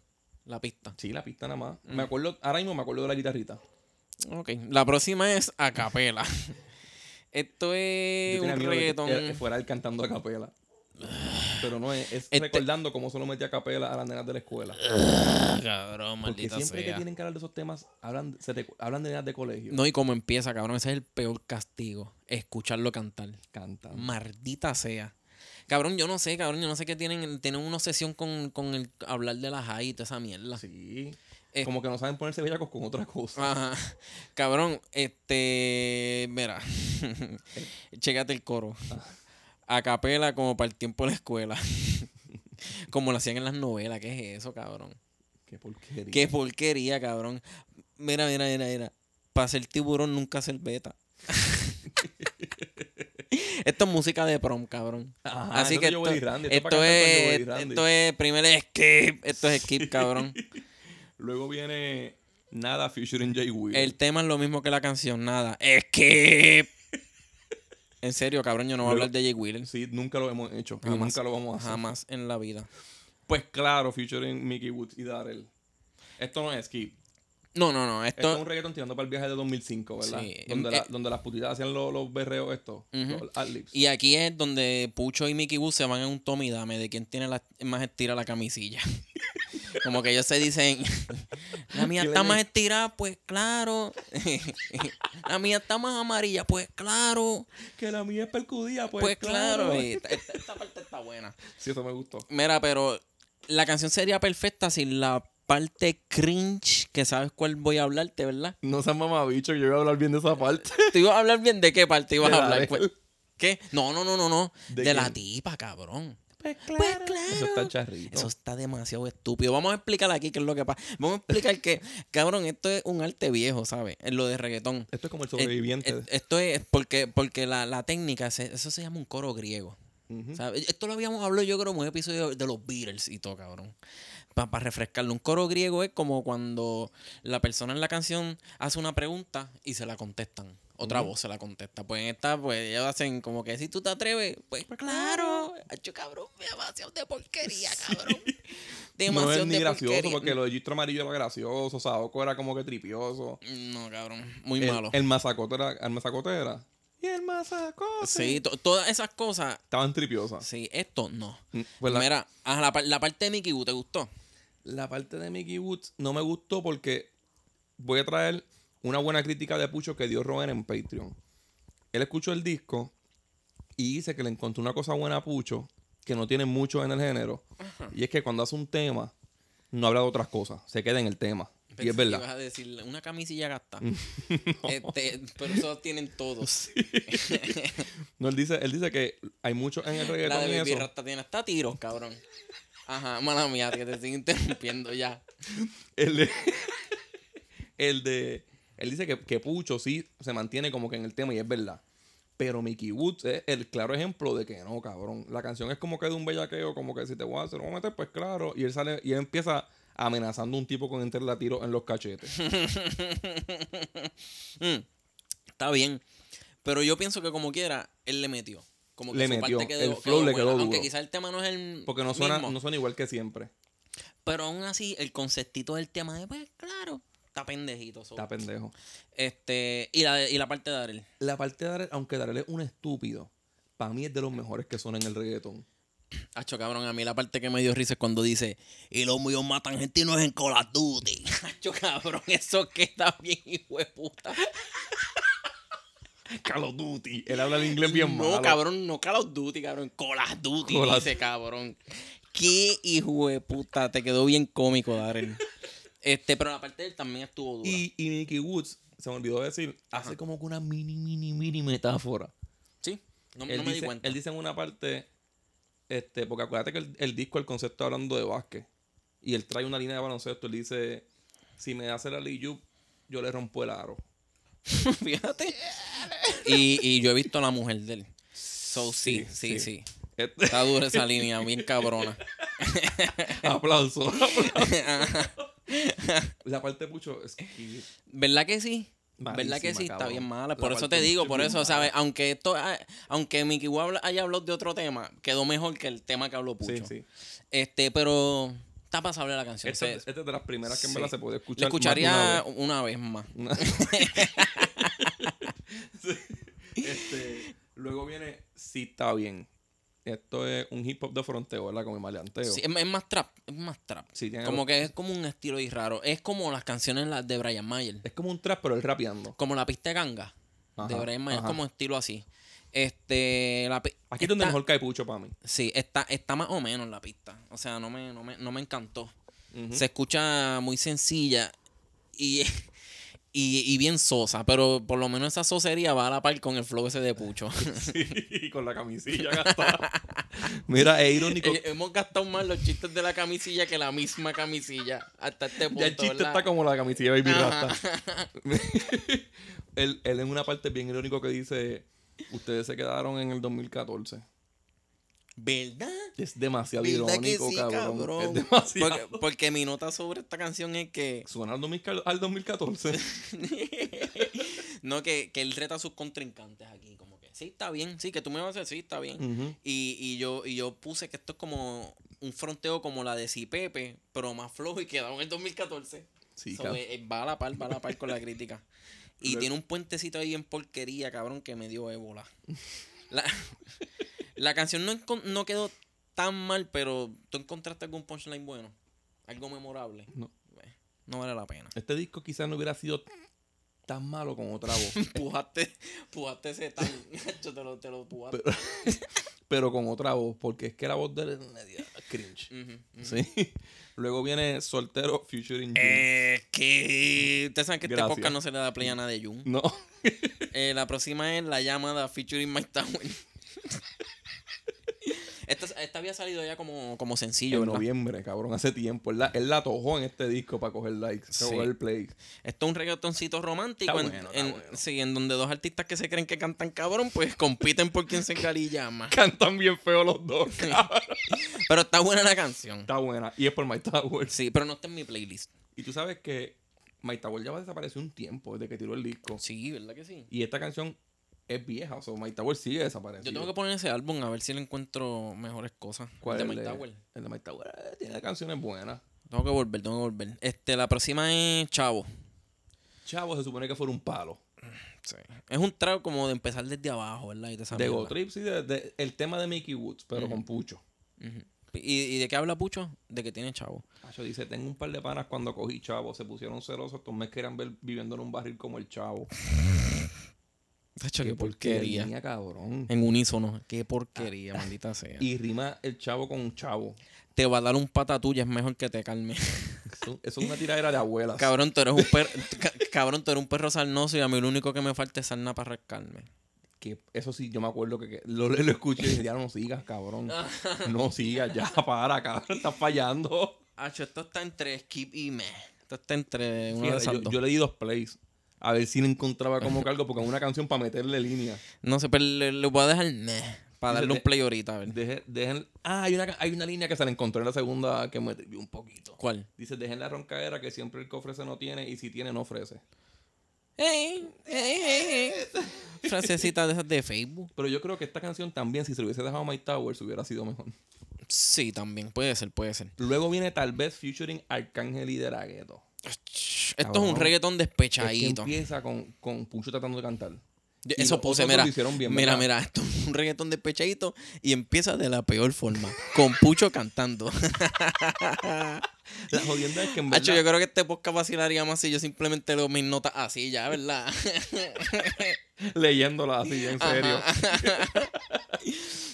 La pista. Sí, la pista nada más. Mm. Me acuerdo, ahora mismo me acuerdo de la guitarrita. Ok. La próxima es a capela. Esto es Yo tenía un miedo de que reggaetón. era- que fuera él cantando a capela. Pero no es, es Este- recordando cómo solo metía a capela a las nenas de la escuela. Ah, Cabrón, Porque maldita siempre que sea. tienen que hablar de esos temas, hablan, se recu- hablan de nenas de colegio. No, y cómo empieza, cabrón. Ese es el peor castigo. Escucharlo cantar. Cantan. Maldita sea. Cabrón, yo no sé, cabrón, yo no sé qué tienen. Tienen una obsesión con, con el hablar de las high y toda esa mierda. Sí. Eh, Ah. Como que no saben ponerse bellacos con otra cosa. Ajá. Cabrón, este. Mira. Chécate el coro. A capela, como para el tiempo de la escuela. como lo hacían en las novelas. ¿Qué es eso, cabrón? Qué porquería. Qué porquería, cabrón. Mira, mira, mira, mira. Para ser tiburón nunca ser beta. esto es música de prom, cabrón. Ajá, Así eso que es esto, Joey Randy, esto esto es para este cantar pues, con es, Joey Randy. esto es primer skip. Esto es skip, cabrón. Luego viene Nada featuring Jay Will. El tema es lo mismo que la canción, nada. Skip. En serio, cabrón, yo no voy a Luego- hablar de Jay Wheeler. Sí, nunca lo hemos hecho. y Jamás. nunca lo vamos a hacer. Jamás en la vida. Pues claro, featuring Mickey Woods y Darrell. Esto no es skip. No, no, no. Esto, Esto es un reggaeton tirando para el viaje de 2005, ¿verdad? Sí. Donde, la- Eh, donde las putitas hacían los, los berreos estos, Ujú. los ad-libs. Y aquí es donde Pucho y Mickey Boo se van en un Tommy Dame de quién tiene la, más estira la camisilla. Como que ellos se dicen, la mía ¿Qué está le- más estirada, pues claro. la mía está más amarilla, pues claro. Que la mía es percudía, pues, Pues, claro. claro. Y esta- esta- esta parte está buena. Sí, eso me gustó. Mira, pero la canción sería perfecta sin la parte cringe, que sabes cuál voy a hablarte, ¿verdad? No seas mamabicho, yo voy a hablar bien de esa parte. ¿Te ibas a hablar bien de qué parte ibas De a la hablar? de- pues? ¿Qué? No, no, no, no, no. ¿De De, la quién? tipa, cabrón. Pues Pues claro. Eso está charrito. Eso está demasiado estúpido. Vamos a explicar aquí qué es lo que pasa. Vamos a explicar que, cabrón, esto es un arte viejo, ¿sabes? En Lo de reggaetón. Esto es como el Eh, sobreviviente. eh, Esto es porque, porque la, la técnica, se- eso se llama un coro griego. Ujú. ¿sabes? E-, Esto lo habíamos hablado yo creo en un episodio de los Beatles y todo, cabrón. Para refrescarlo, un coro griego es como cuando la persona en la canción hace una pregunta y se la contestan. Otra voz se la contesta. Pues en esta, pues ellos hacen como que si tú te atreves, pues claro. Hacho, cabrón, demasiado de porquería, cabrón. no Demasiado es ni de gracioso porquería. porque lo de Gistro Amarillo era gracioso, Saoko era como que tripioso. Mm, No, cabrón, muy el, malo. El masacote era. El masacote era. Y el masacote. Sí, to- todas esas cosas. Estaban tripiosas. Sí, esto no. Mm, pues la- Mira, ajá, la, par- la parte de Mickey Wu, ¿te gustó? La parte de Mickey Woods no me gustó porque voy a traer una buena crítica de Pucho que dio Robert en Patreon. Él escuchó el disco y dice que le encontró una cosa buena a Pucho que no tiene mucho en el género. Y es que cuando hace un tema, no habla de otras cosas, se queda en el tema. y Pensé es que verdad. ibas a decir una camisilla gasta. Este, pero eso tienen todos. No, él dice, él dice que hay muchos en el la reggaetón y de Baby eso. Rasta tiene hasta tiros, cabrón. Ajá, mala mía, que te estoy interrumpiendo ya. El de, el de- Él dice que, que Pucho sí se mantiene como que en el tema y es verdad. Pero Mickey Woods es el claro ejemplo de que no, cabrón. La canción es como que de un bellaqueo, como que si te voy a hacer, voy a meter, pues claro. Y él sale y él empieza amenazando a un tipo con enterle a tiro en los cachetes. Está bien. Pero yo pienso que como quiera, él le metió. Como que Le su metió, parte quedó, el flow le buena, quedó Aunque duro. quizás el tema no es el Porque no suena, mismo. no suena igual que siempre. Pero aún así, el conceptito del tema de, pues claro, está pendejito. so. Está pendejo. Este, y la, y la parte de Darel. La parte de Darel, aunque Darel es un estúpido, para mí es de los mejores que suena en el reggaetón. Hacho, cabrón, a mí la parte que me dio risa es cuando dice, y los míos matan argentinos en Call of Duty. Hacho, cabrón, eso queda bien, hijo de puta. Call of Duty. Él habla el inglés bien no, malo. cabrón, no Call of Duty, cabrón, Call of Duty, Call of- dice, cabrón. Qué hijo de puta, te quedó bien cómico, Darren. Este, pero la parte de él también estuvo dura. Y, y Mickey Woods, se me olvidó decir, hace como que una mini, mini, mini metáfora. sí, no, él, no me di dice, cuenta. él dice en una parte, este, porque acuérdate que el, el disco, el concepto hablando de básquet. Y él trae una línea de baloncesto. Él dice: Si me hace la Liyup, yo le rompo el aro. Fíjate. Y, y yo he visto a la mujer de él. So, sí, sí, sí. Este- Está dura esa línea, bien cabrona. aplauso. aplauso. la parte de Pucho es que- ¿Verdad que sí? Malísima, ¿Verdad que sí? Está cabrón. bien mala. La Por eso parte te de digo, Mickey por es eso, bien mala. ¿sabes? Aunque esto, ah, aunque Mickey Wu habla- haya hablado de otro tema, quedó mejor que el tema que habló Pucho. Sí, sí. Este, pero está pasable la canción. Esta, se- esta es de las primeras que en sí. verdad se puede escuchar. La más de una vez. escucharía una vez más. Una- Sí. Este, luego viene Si está bien. Esto es un hip hop de fronteo, ¿verdad? Como el maleanteo. Sí, es, es más trap, es más trap. Sí, tiene como algo- que es como un estilo ahí raro. Es como las canciones las de Brian Mayer. Es como un trap, pero él rapeando. Como la pista de ganga de Ajá, Brian Mayer. ajá. Es como estilo así. Este, la pi- Aquí es donde esta- mejor cae Pucho para mí. Sí, está, está más o menos la pista. O sea, no me, no me, no me encantó. Ujú. Se escucha muy sencilla y, y, y bien sosa, pero por lo menos esa sosería va a la par con el flow ese de Pucho. Y con la camisilla gastada. Mira, es irónico. Eh, Hemos gastado más los chistes de la camisilla que la misma camisilla hasta este punto. ya el chiste ¿verdad? está como la camisilla de Baby Ajá. Rasta. él, él en una parte bien irónico que dice: Ustedes se quedaron en el 2014. ¿Verdad? Es demasiado ¿Verdad que irónico, sí, cabrón. cabrón? Es demasiado. Porque, porque mi nota sobre esta canción es que Suena al 2000 al 2014. no que, que él reta a sus contrincantes aquí, como que sí está bien, sí que tú me vas a decir sí está bien. Ujú. Y, y yo, y yo puse que esto es como un fronteo como la de Si Pepe, pero más flojo y quedado en el 2014. Sí, So, cabrón. eh, eh, va a la par, va a la par con la crítica. Y Luego- tiene un puentecito ahí en porquería, cabrón, que me dio ébola. La, la canción no, encon- no quedó tan mal, pero tú encontraste algún punchline bueno, algo memorable. No. Eh, No vale la pena. Este disco quizás no hubiera sido tan malo con otra voz, Pujaste, pujaste ese tan. Yo te lo, te lo pujaste. pero con otra voz, porque es que la voz de él es media cringe. Mm. Sí. Luego viene Soltero Featuring Jun. Eh, que ustedes saben que Gracias. este podcast no se le da play a nada de Jun. No. Eh, la próxima es La llamada featuring Mike Tower. esta, esta había salido ya como, como sencillo, en ¿verdad? noviembre, cabrón, hace tiempo. Él la, él la atojó en este disco para coger likes, Sí. para coger play. Esto es un reggaetoncito romántico. Está en- bueno, está en- bueno. Sí, en donde dos artistas que se creen que cantan cabrón, pues compiten por quién se encarilla más. Cantan bien feo los dos. cabrón. Pero está buena la canción. Está buena. Y es por My Tower. Sí, pero no está en mi playlist. Y tú sabes que My Tower ya va a desaparecer un tiempo desde que tiró el disco. Sí, ¿verdad que sí? Y esta canción es vieja, o sea, My Tower sigue desapareciendo. Yo tengo que poner ese álbum a ver si le encuentro mejores cosas. ¿Cuál de es Mike el Tower. El de My Tower eh, tiene canciones buenas. Tengo que volver, tengo que volver. Este, la próxima es Chavo. Chavo se supone que fuera un palo. Es un trago como de empezar desde abajo, ¿verdad? Y toda esa de mierda. Go Trip, sí, de- de- el tema de Mickey Woods, pero con Pucho. Ujú. ¿Y, y de qué habla Pucho? De que tiene Chavo. Nacho dice, tengo un par de panas cuando cogí chavo, se pusieron celosos, estos me querían ver viviendo en un barril como el chavo. Tacho, qué porquería. Niña, cabrón. En unísono. Qué porquería, maldita sea. Ah. Y rima el chavo con un chavo. te va a dar un pata tuya, es mejor que te calmes. Eso, eso es una tiradera de abuelas. cabrón, tú eres un perro, ca- cabrón, tú eres un perro sarnoso y a mí lo único que me falta es sarna para rascarme. Que eso sí, yo me acuerdo que, que lo, lo escuché y dije, ya no sigas, cabrón. No sigas, ya, para, cabrón, estás fallando. Acho, esto está entre skip y me. Esto está entre una de Fíjate, esas yo, dos. yo le di dos plays. A ver si le encontraba como cargo, porque es una canción para meterle línea. No sé, pero le, le voy a dejar meh, para Dice, darle un de- play ahorita, a ver. Deje- dejen, ah, hay una, ca- hay una línea que se la encontré en la segunda que me trivió un poquito. ¿Cuál? Dice, dejen la roncadera que siempre el que ofrece no tiene y si tiene no ofrece. Ey, ey, ey, ey. Frasecita de esas de Facebook. Pero yo creo que esta canción también, si se lo hubiese dejado a My Towers, hubiera sido mejor. Sí, también. Puede ser, puede ser. Luego viene tal vez featuring Arcángel y De La Ghetto. Esto es Cabrón. un reggaetón Es que despechadito. empieza con, con Pucho tratando de cantar. Yo- Y eso los puse, otros mira. lo hicieron bien, mira, ¿verdad? mira, esto es un reggaetón despechadito y empieza de la peor forma, con Pucho cantando. La jodienda es que en verdad... Hacho, yo creo que este podcast vacilaría más si yo simplemente leo mis notas así, ya, ¿verdad? Leyéndola así, en serio.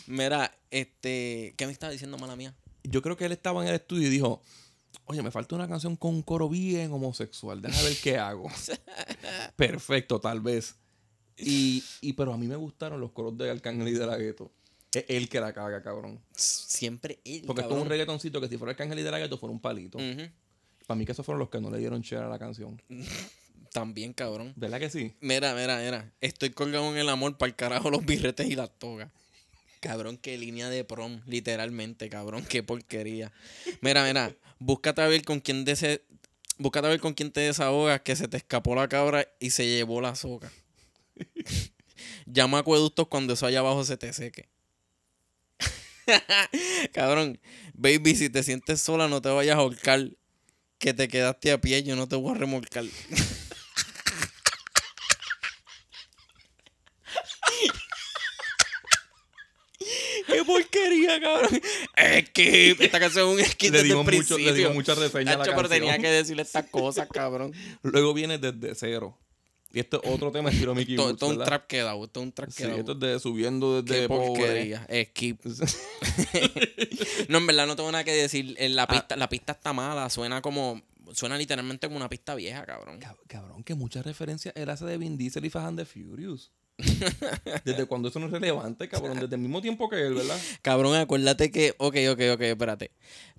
mira, este, ¿qué me estaba diciendo mala mía? Yo creo que él estaba en el estudio y dijo... Oye, me falta una canción con un coro bien homosexual. Déjame ver qué hago. Perfecto, tal vez. Y, y- pero a mí me gustaron los coros de Arcángel y de la Ghetto. Es él que la caga, cabrón. Siempre él, Porque esto es un cabrón. Mm. reggaetoncito que si fuera Arcángel y de la Ghetto fuera un palito. Ujú, Para mí que esos fueron los que no le dieron share a la canción. También, cabrón. ¿Verdad que sí? Mira, mira, mira. Estoy colgado en el amor para el carajo los birretes y las togas. Cabrón, qué línea de prom, literalmente, cabrón, qué porquería. Mira, mira, búscate a ver con quién dese- búscate a ver con quién te desahogas que se te escapó la cabra y se llevó la soga. Llama a acueductos cuando eso allá abajo se te seque. cabrón, baby, si te sientes sola no te vayas a ahorcar. Que te quedaste a pie, yo no te voy a remolcar. ¡Qué porquería, cabrón! Skip. Esta canción es un skip Le desde digo el mucho, principio. le digo mucha reseña a la Hacho, pero tenía canción. que decirle estas cosas, cabrón. Luego viene desde cero. Y este es otro tema estilo Mickey todo, Woods, todo un ¿verdad? trap quedado, todo un trap Sí, quedado. esto es de subiendo Qué desde pobre. porquería. Skip. No, en verdad no tengo nada que decir. Eh, Ah. La pista, la pista está mala, suena como. Suena literalmente como una pista vieja, cabrón. Cab- Cabrón, que muchas referencias él hace de Vin Diesel y Fast and the Furious. Desde cuando eso no es relevante, cabrón. Desde el mismo tiempo que él, ¿verdad? Cabrón, acuérdate que. Ok, ok, ok, espérate.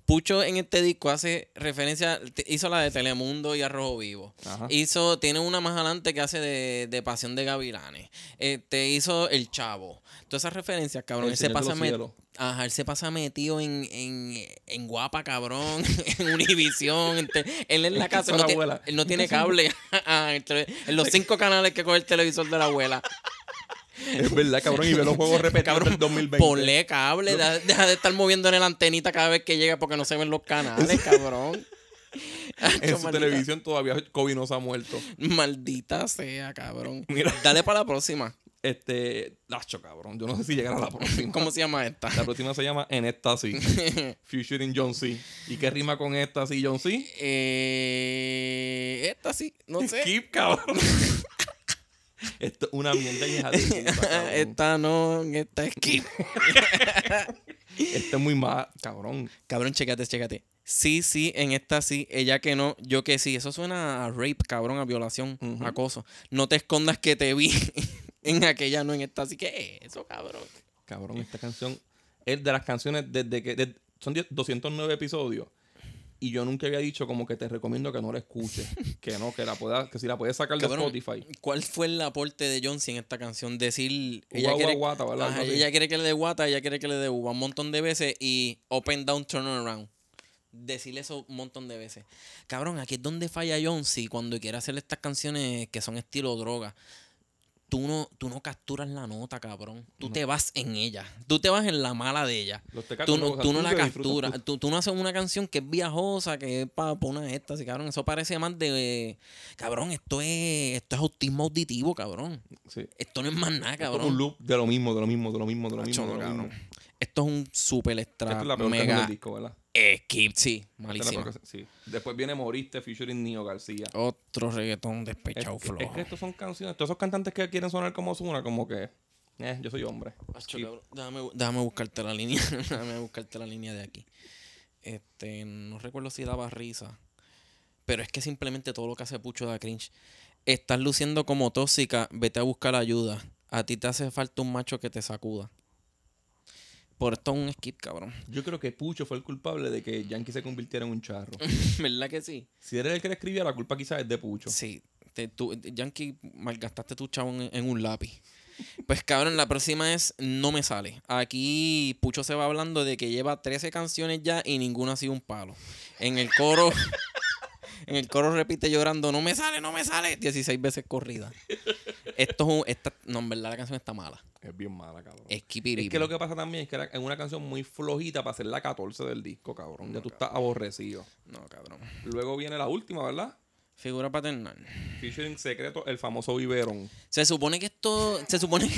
Pucho en este disco hace referencia. te- Hizo la de Telemundo y Arrojo Vivo. Ajá. Hizo. Tiene una más adelante que hace de, de Pasión de Gavilanes. Este hizo El Chavo. Todas esas referencias, cabrón. El él se Señor de pasa los met- Cielos. Ajá, él se pasa metido en, en, en guapa, cabrón, en Univisión. en te- él en la casa, él Con no, la tiene, abuela. él no tiene cable. Ajá, en tele- en los cinco canales que coge el televisor de la abuela. Es verdad, cabrón. Y ve los juegos repetidos Cabrón, del 2020. ponle cable, deja, deja de estar moviéndole la antenita cada vez que llega porque no se ven los canales, cabrón. en su Maldita- televisión todavía Kobe no se ha muerto. Maldita sea, cabrón. Mira. Dale para la próxima. Este, Nacho, cabrón. Yo no sé si llegará la próxima. ¿Cómo se llama esta? La próxima se llama En esta sí. Featuring John C. ¿Y qué rima con esta sí, John C? Eh, esta sí, no sé. Skip, cabrón. Esto es una mierda hija de puta, cabrón. esta no, esta es que. Esto es muy mal, cabrón. Cabrón, chécate, chécate. Sí, sí, en esta sí, ella que no, yo que sí. Eso suena a rape, cabrón, a violación, Ujú. acoso. No te escondas que te vi en aquella, no en esta. Así que eso, cabrón. Cabrón, esta canción es de las canciones desde que. de- son 10 209 episodios. Y yo nunca había dicho como que te recomiendo que no la escuches. que no, que la puedas, que si la puedes sacar Cabrón, de Spotify. ¿Cuál fue el aporte de Johnson en esta canción? Decir. Uva, uva, guata, ¿verdad? Ajá, Algo así. ella quiere que le dé guata, ella quiere que le dé uva un montón de veces y open down turnaround. Decirle eso un montón de veces. Cabrón, aquí es donde falla Johnson cuando quiere hacer estas canciones que son estilo droga. Tú no, tú no capturas la nota, cabrón. Tú te vas en ella. Tú te vas en la mala de ella. Los tecatos Tú no, gozas tú no la lo disfrutas capturas. tú. Tú, tú no haces una canción que es viajosa, que es para una esta, sí, cabrón. Eso parece más de. Cabrón, esto es, esto es autismo auditivo, cabrón. Sí. Esto no es más nada, Esto es un cabrón. loop de lo mismo, de lo mismo, de lo mismo, de lo mismo. Chacho, de lo cabrón. mismo. Esto es un super extra Esta es la peor canción mega del disco, ¿verdad? skip. Sí, Esta es la malísimo. peor canción, sí. Después viene Moriste featuring Nio García. Otro reggaetón Es despechado que, flojo. es que estos son canciones, todos esos cantantes que quieren sonar como Zuna, como que, eh, yo soy hombre. Acho, Skip. cabrón. Déjame, bu- déjame buscarte la línea. déjame buscarte la línea de aquí. Este, no recuerdo si daba risa. Pero es que simplemente todo lo que hace Pucho da cringe. Estás luciendo como tóxica, vete a buscar ayuda. A ti te hace falta un macho que te sacuda. Por esto es un skip, cabrón. Yo creo que Pucho fue el culpable de que Yankee se convirtiera en un charro. ¿Verdad que sí? si eres el que le escribía, la culpa quizás es de Pucho. Sí. Te, tú, Yankee, malgastaste tu chavo en, en un lápiz. Pues cabrón, la próxima es No me sale. Aquí Pucho se va hablando de que lleva 13 canciones ya y ninguna ha sido un palo. En el coro, en el coro repite llorando, no me sale, no me sale, 16 veces corrida. Esto es un, esta, no, en verdad la canción está mala. Es bien mala, cabrón. Es Es que lo que pasa también es que era es una canción muy flojita para ser la 14 del disco, cabrón. ya tú estás aborrecido. No, cabrón. Luego viene la última, ¿verdad? Figura paternal. Featuring secreto, el famoso Viverón. Se supone que esto. Se supone que.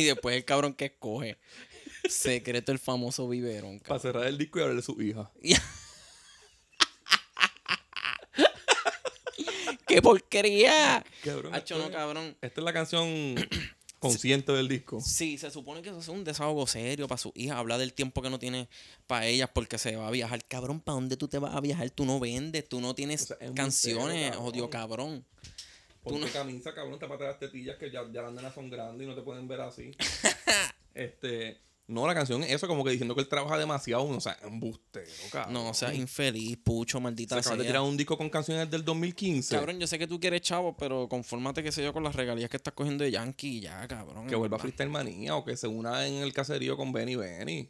y después el cabrón que escoge. Secreto el famoso biberón, Para cabrón. cerrar el disco y hablar de su hija. ¡Qué porquería! Cabrón. Hacho, esto no, es- cabrón. Esta es la canción consciente del disco. Sí, se supone que eso es un desahogo serio para su hija. Habla del tiempo que no tiene para ellas porque se va a viajar. Cabrón, ¿para dónde tú te vas a viajar? Tú no vendes, tú no tienes O sea, es muy canciones, feo, cabrón. odio cabrón. Ponte Tú no- camisa, cabrón, tapate las tetillas que ya, ya las nenas son grandes y no te pueden ver así. este. No, la canción es eso, como que diciendo que él trabaja demasiado. O sea, embustero, cabrón. No, o sea, se infeliz, pucho, maldita acaba de sea. tirar un disco con canciones del 2015. Cabrón, yo sé que tú quieres chavo, pero confórmate, qué sé yo, con las regalías que estás cogiendo de Yankee y ya, cabrón. Que vuelva a Va. Freestyle Manía o que se una en el caserío con Benny Benny.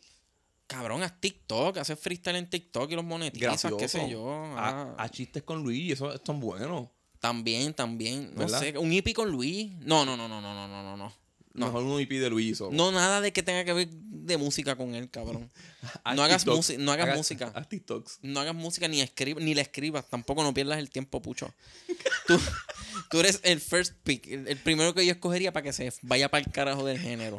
Cabrón, haz TikTok, haces freestyle en TikTok y los monetizas, Gracioso. qué sé yo. A, Ah, a chistes con Luis, eso es tan bueno. También, también. No ¿Verdad? sé, un hippie con Luis. No, no, no, no, no, no, no, no, no. Mejor un IP de Luis solo. No, nada de que tenga que ver de música con él, cabrón. Haz no hagas TikToks. musi- no hagas Haga- música. Haz TikToks. No hagas música ni escribas, ni la escribas. Tampoco no pierdas el tiempo, pucho. Tú, tú eres el first pick, el, el primero que yo escogería para que se vaya para el carajo del género.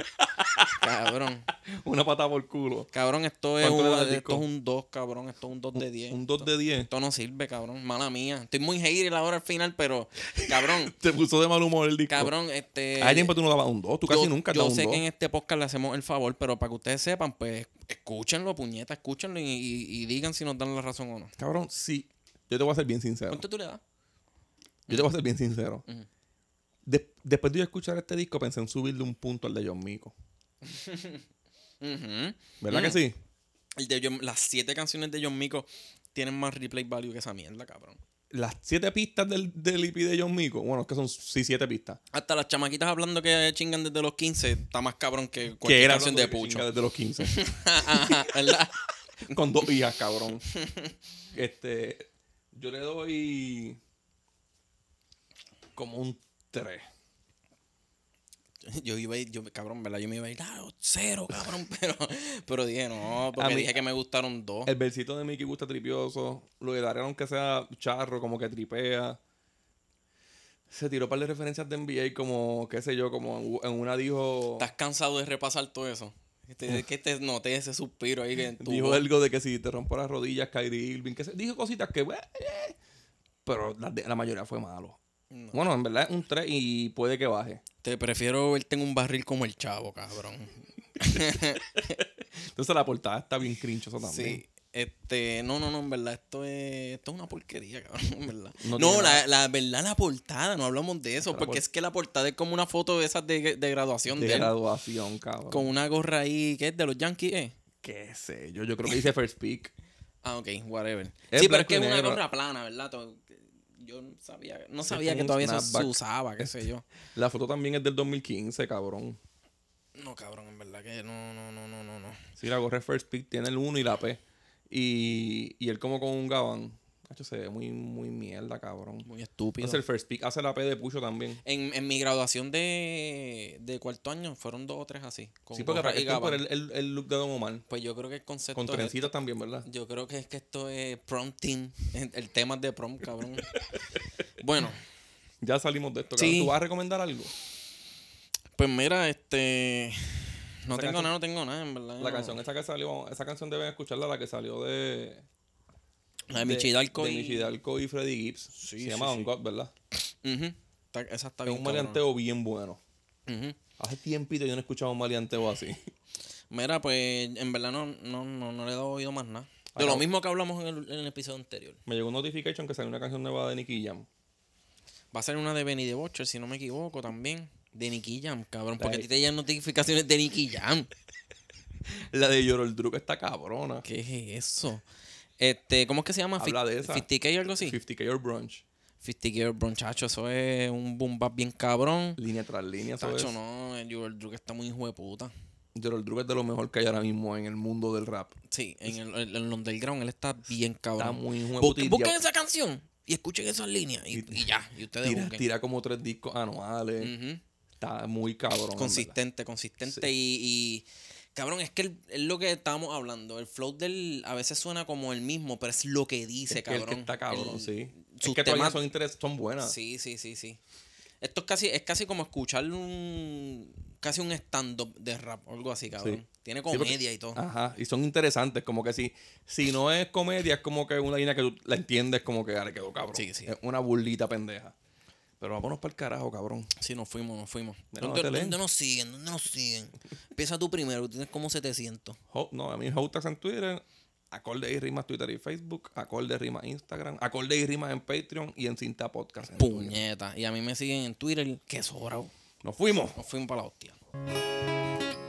Cabrón. Una patada por culo. Cabrón, esto es, ¿Cuánto le un, das al esto es disco? un 2, cabrón. Esto es un 2 de 10. Un 2 de 10. Esto no sirve, cabrón. Mala mía. Estoy muy hater ahora al final, pero cabrón, Te puso de mal humor el disco. cabrón, este. Hay tiempo tú no dabas un 2. Tú casi yo, nunca te yo dabas un sé 2. que en este podcast le hacemos el favor, pero para que ustedes sepan, pues escúchenlo, puñeta, escúchenlo y, y- y digan si nos dan la razón o no. Cabrón, sí. Yo te voy a ser bien sincero. ¿Cuánto tú le das? Yo te voy a ser bien sincero. Ujú. De- después de yo escuchar este disco, pensé en subirle un punto al de John Mico. Ujú. ¿Verdad que Mm. sí? El de John- las siete canciones de John Mico tienen más replay value que esa mierda, cabrón. Las siete pistas del, del EP de John Mico. Bueno, es que son sí siete pistas. Hasta las chamaquitas hablando que chingan desde los 15 está más cabrón que cualquier canción de Pucho. Desde los 15. ¿Verdad? con dos hijas, cabrón. Este, yo le doy como un 3. Yo iba a ir, yo, cabrón, ¿verdad? Yo me iba a ir, claro, cero, cabrón, pero, pero dije no, porque A mí- dije que me gustaron dos. El versito de Mickey gusta tripioso. Lo de Darío, aunque sea charro, como que tripea. Se tiró par de referencias de NBA, como, qué sé yo, como en una dijo. ¿Estás cansado de repasar todo eso? Que te- que te noté ese suspiro ahí que en tu Dijo voz. algo de que si te rompo las rodillas, Kyrie Irving. Que se, dijo cositas que, güey, eh, Pero la, de- la mayoría fue malo. Bueno, en verdad es un 3 y puede que baje. Te prefiero verte en un barril como el chavo, cabrón. Entonces la portada está bien crinchosa también. Sí. Este, no, no, no, en verdad, esto es, esto es una porquería, cabrón, en verdad. No No, tiene la, la verdad, la portada, no hablamos de eso, La porque por- es que la portada es como una foto de esas de, de graduación De de, él, graduación, cabrón. con una gorra ahí, ¿qué es? De los Yankees, ¿eh? ¿Qué sé yo? Yo creo que dice First Pick. Ah, ok, whatever. Es sí, pero blanco es que y es una negro. gorra plana, ¿verdad? To- Yo no sabía, no sabía como que un todavía eso se snapback. usaba, qué sé yo. La foto también es del 2015, cabrón. No, cabrón, en verdad que no, no, no, no, no, no. Sí, la gorra de First Pick tiene el 1 y la P. Y, y él como con un gabán. Hacho, se ve muy, muy mierda, cabrón. Muy estúpido. Entonces el First Pick hace la P de Pucho también. En, en mi graduación de, de cuarto año fueron dos o tres así. con sí, porque gorra y Raquel por gabán. el, el, el look de Don Omar. Pues yo creo que el concepto. Con es- trencitas también, ¿verdad? yo creo que es que esto es prom team. El, el tema es de prom, cabrón. bueno, Ya salimos de esto, Sí. cabrón. ¿Tú vas a recomendar algo? pues mira, este. No tengo Esa canción- nada, no tengo nada, en verdad. La no. canción esa que salió, esa canción deben escucharla, la que salió de... La de Michidalco. de y... Michidalco y Freddy Gibbs. se sí, llama sí. On God, ¿verdad? Ujú. Está- Esa está Es bien. un cabrona. maleanteo bien bueno. Ujú. Hace tiempito yo no he escuchado un maleanteo así. Mira, pues en verdad no, no, no, no le he dado oído más nada. De Acabo- lo mismo que hablamos en el, en el episodio anterior. Me llegó un notification que salió una canción nueva de Nicky Jam. Va a ser una de Benny de Bocher, si no me equivoco, también. De Nicky Jam, cabrón. Porque a Dale. ti te llegan notificaciones de Nicky Jam. La de Yorol Druk está cabrona. ¿Qué es eso? Este, ¿cómo es que se llama? Habla de esa. 50K o algo así. 50K or Brunch. 50K, bronchacho, eso es un boom bap bien cabrón. Línea tras línea, ¿sabes? Tacho, no, el Joel Druk está muy hijo de puta. Yorol Druk es de lo mejor que hay ahora mismo en el mundo del rap. Sí, en el, el, el underground él está bien cabrón. Está muy hijo de puta y Busquen, busquen dia- esa canción y escuchen esas líneas y, y ya, y ustedes Tira, busquen. tira como tres discos anuales. Ujú. Está muy cabrón. en verdad. Consistente, consistente y, y- Cabrón, es que el- es lo que estábamos hablando. El flow del a veces suena como el mismo, pero es lo que dice, Es que el cabrón. que está cabrón, El- sí. Es sus que todavía temas- son, interes- son buenas. Sí, sí, sí, sí. Esto es casi, es casi como escuchar un casi un stand-up de rap o algo así, cabrón. Tiene Sí, comedia porque- Ah. y todo. Ajá, y son interesantes, como que si, si no es comedia, es como que una línea que tú la entiendes como que ah, le quedó cabrón. Sí, sí. Es una burlita pendeja. Pero vámonos para el carajo, cabrón. Sí, nos fuimos, nos fuimos. Mira, ¿Dónde, no te leen. dónde nos siguen? ¿Dónde nos siguen? Empieza tú primero, tienes como 700. Ho- no, a mí Hotax en Twitter, Acorde y Rimas Twitter y Facebook, Acorde y Rimas Instagram, Acorde y Rimas en Patreon y en Cinta Podcast. en Twitter. Puñeta. Y a mí me siguen en Twitter, que sobra. Nos fuimos. Nos fuimos para la hostia.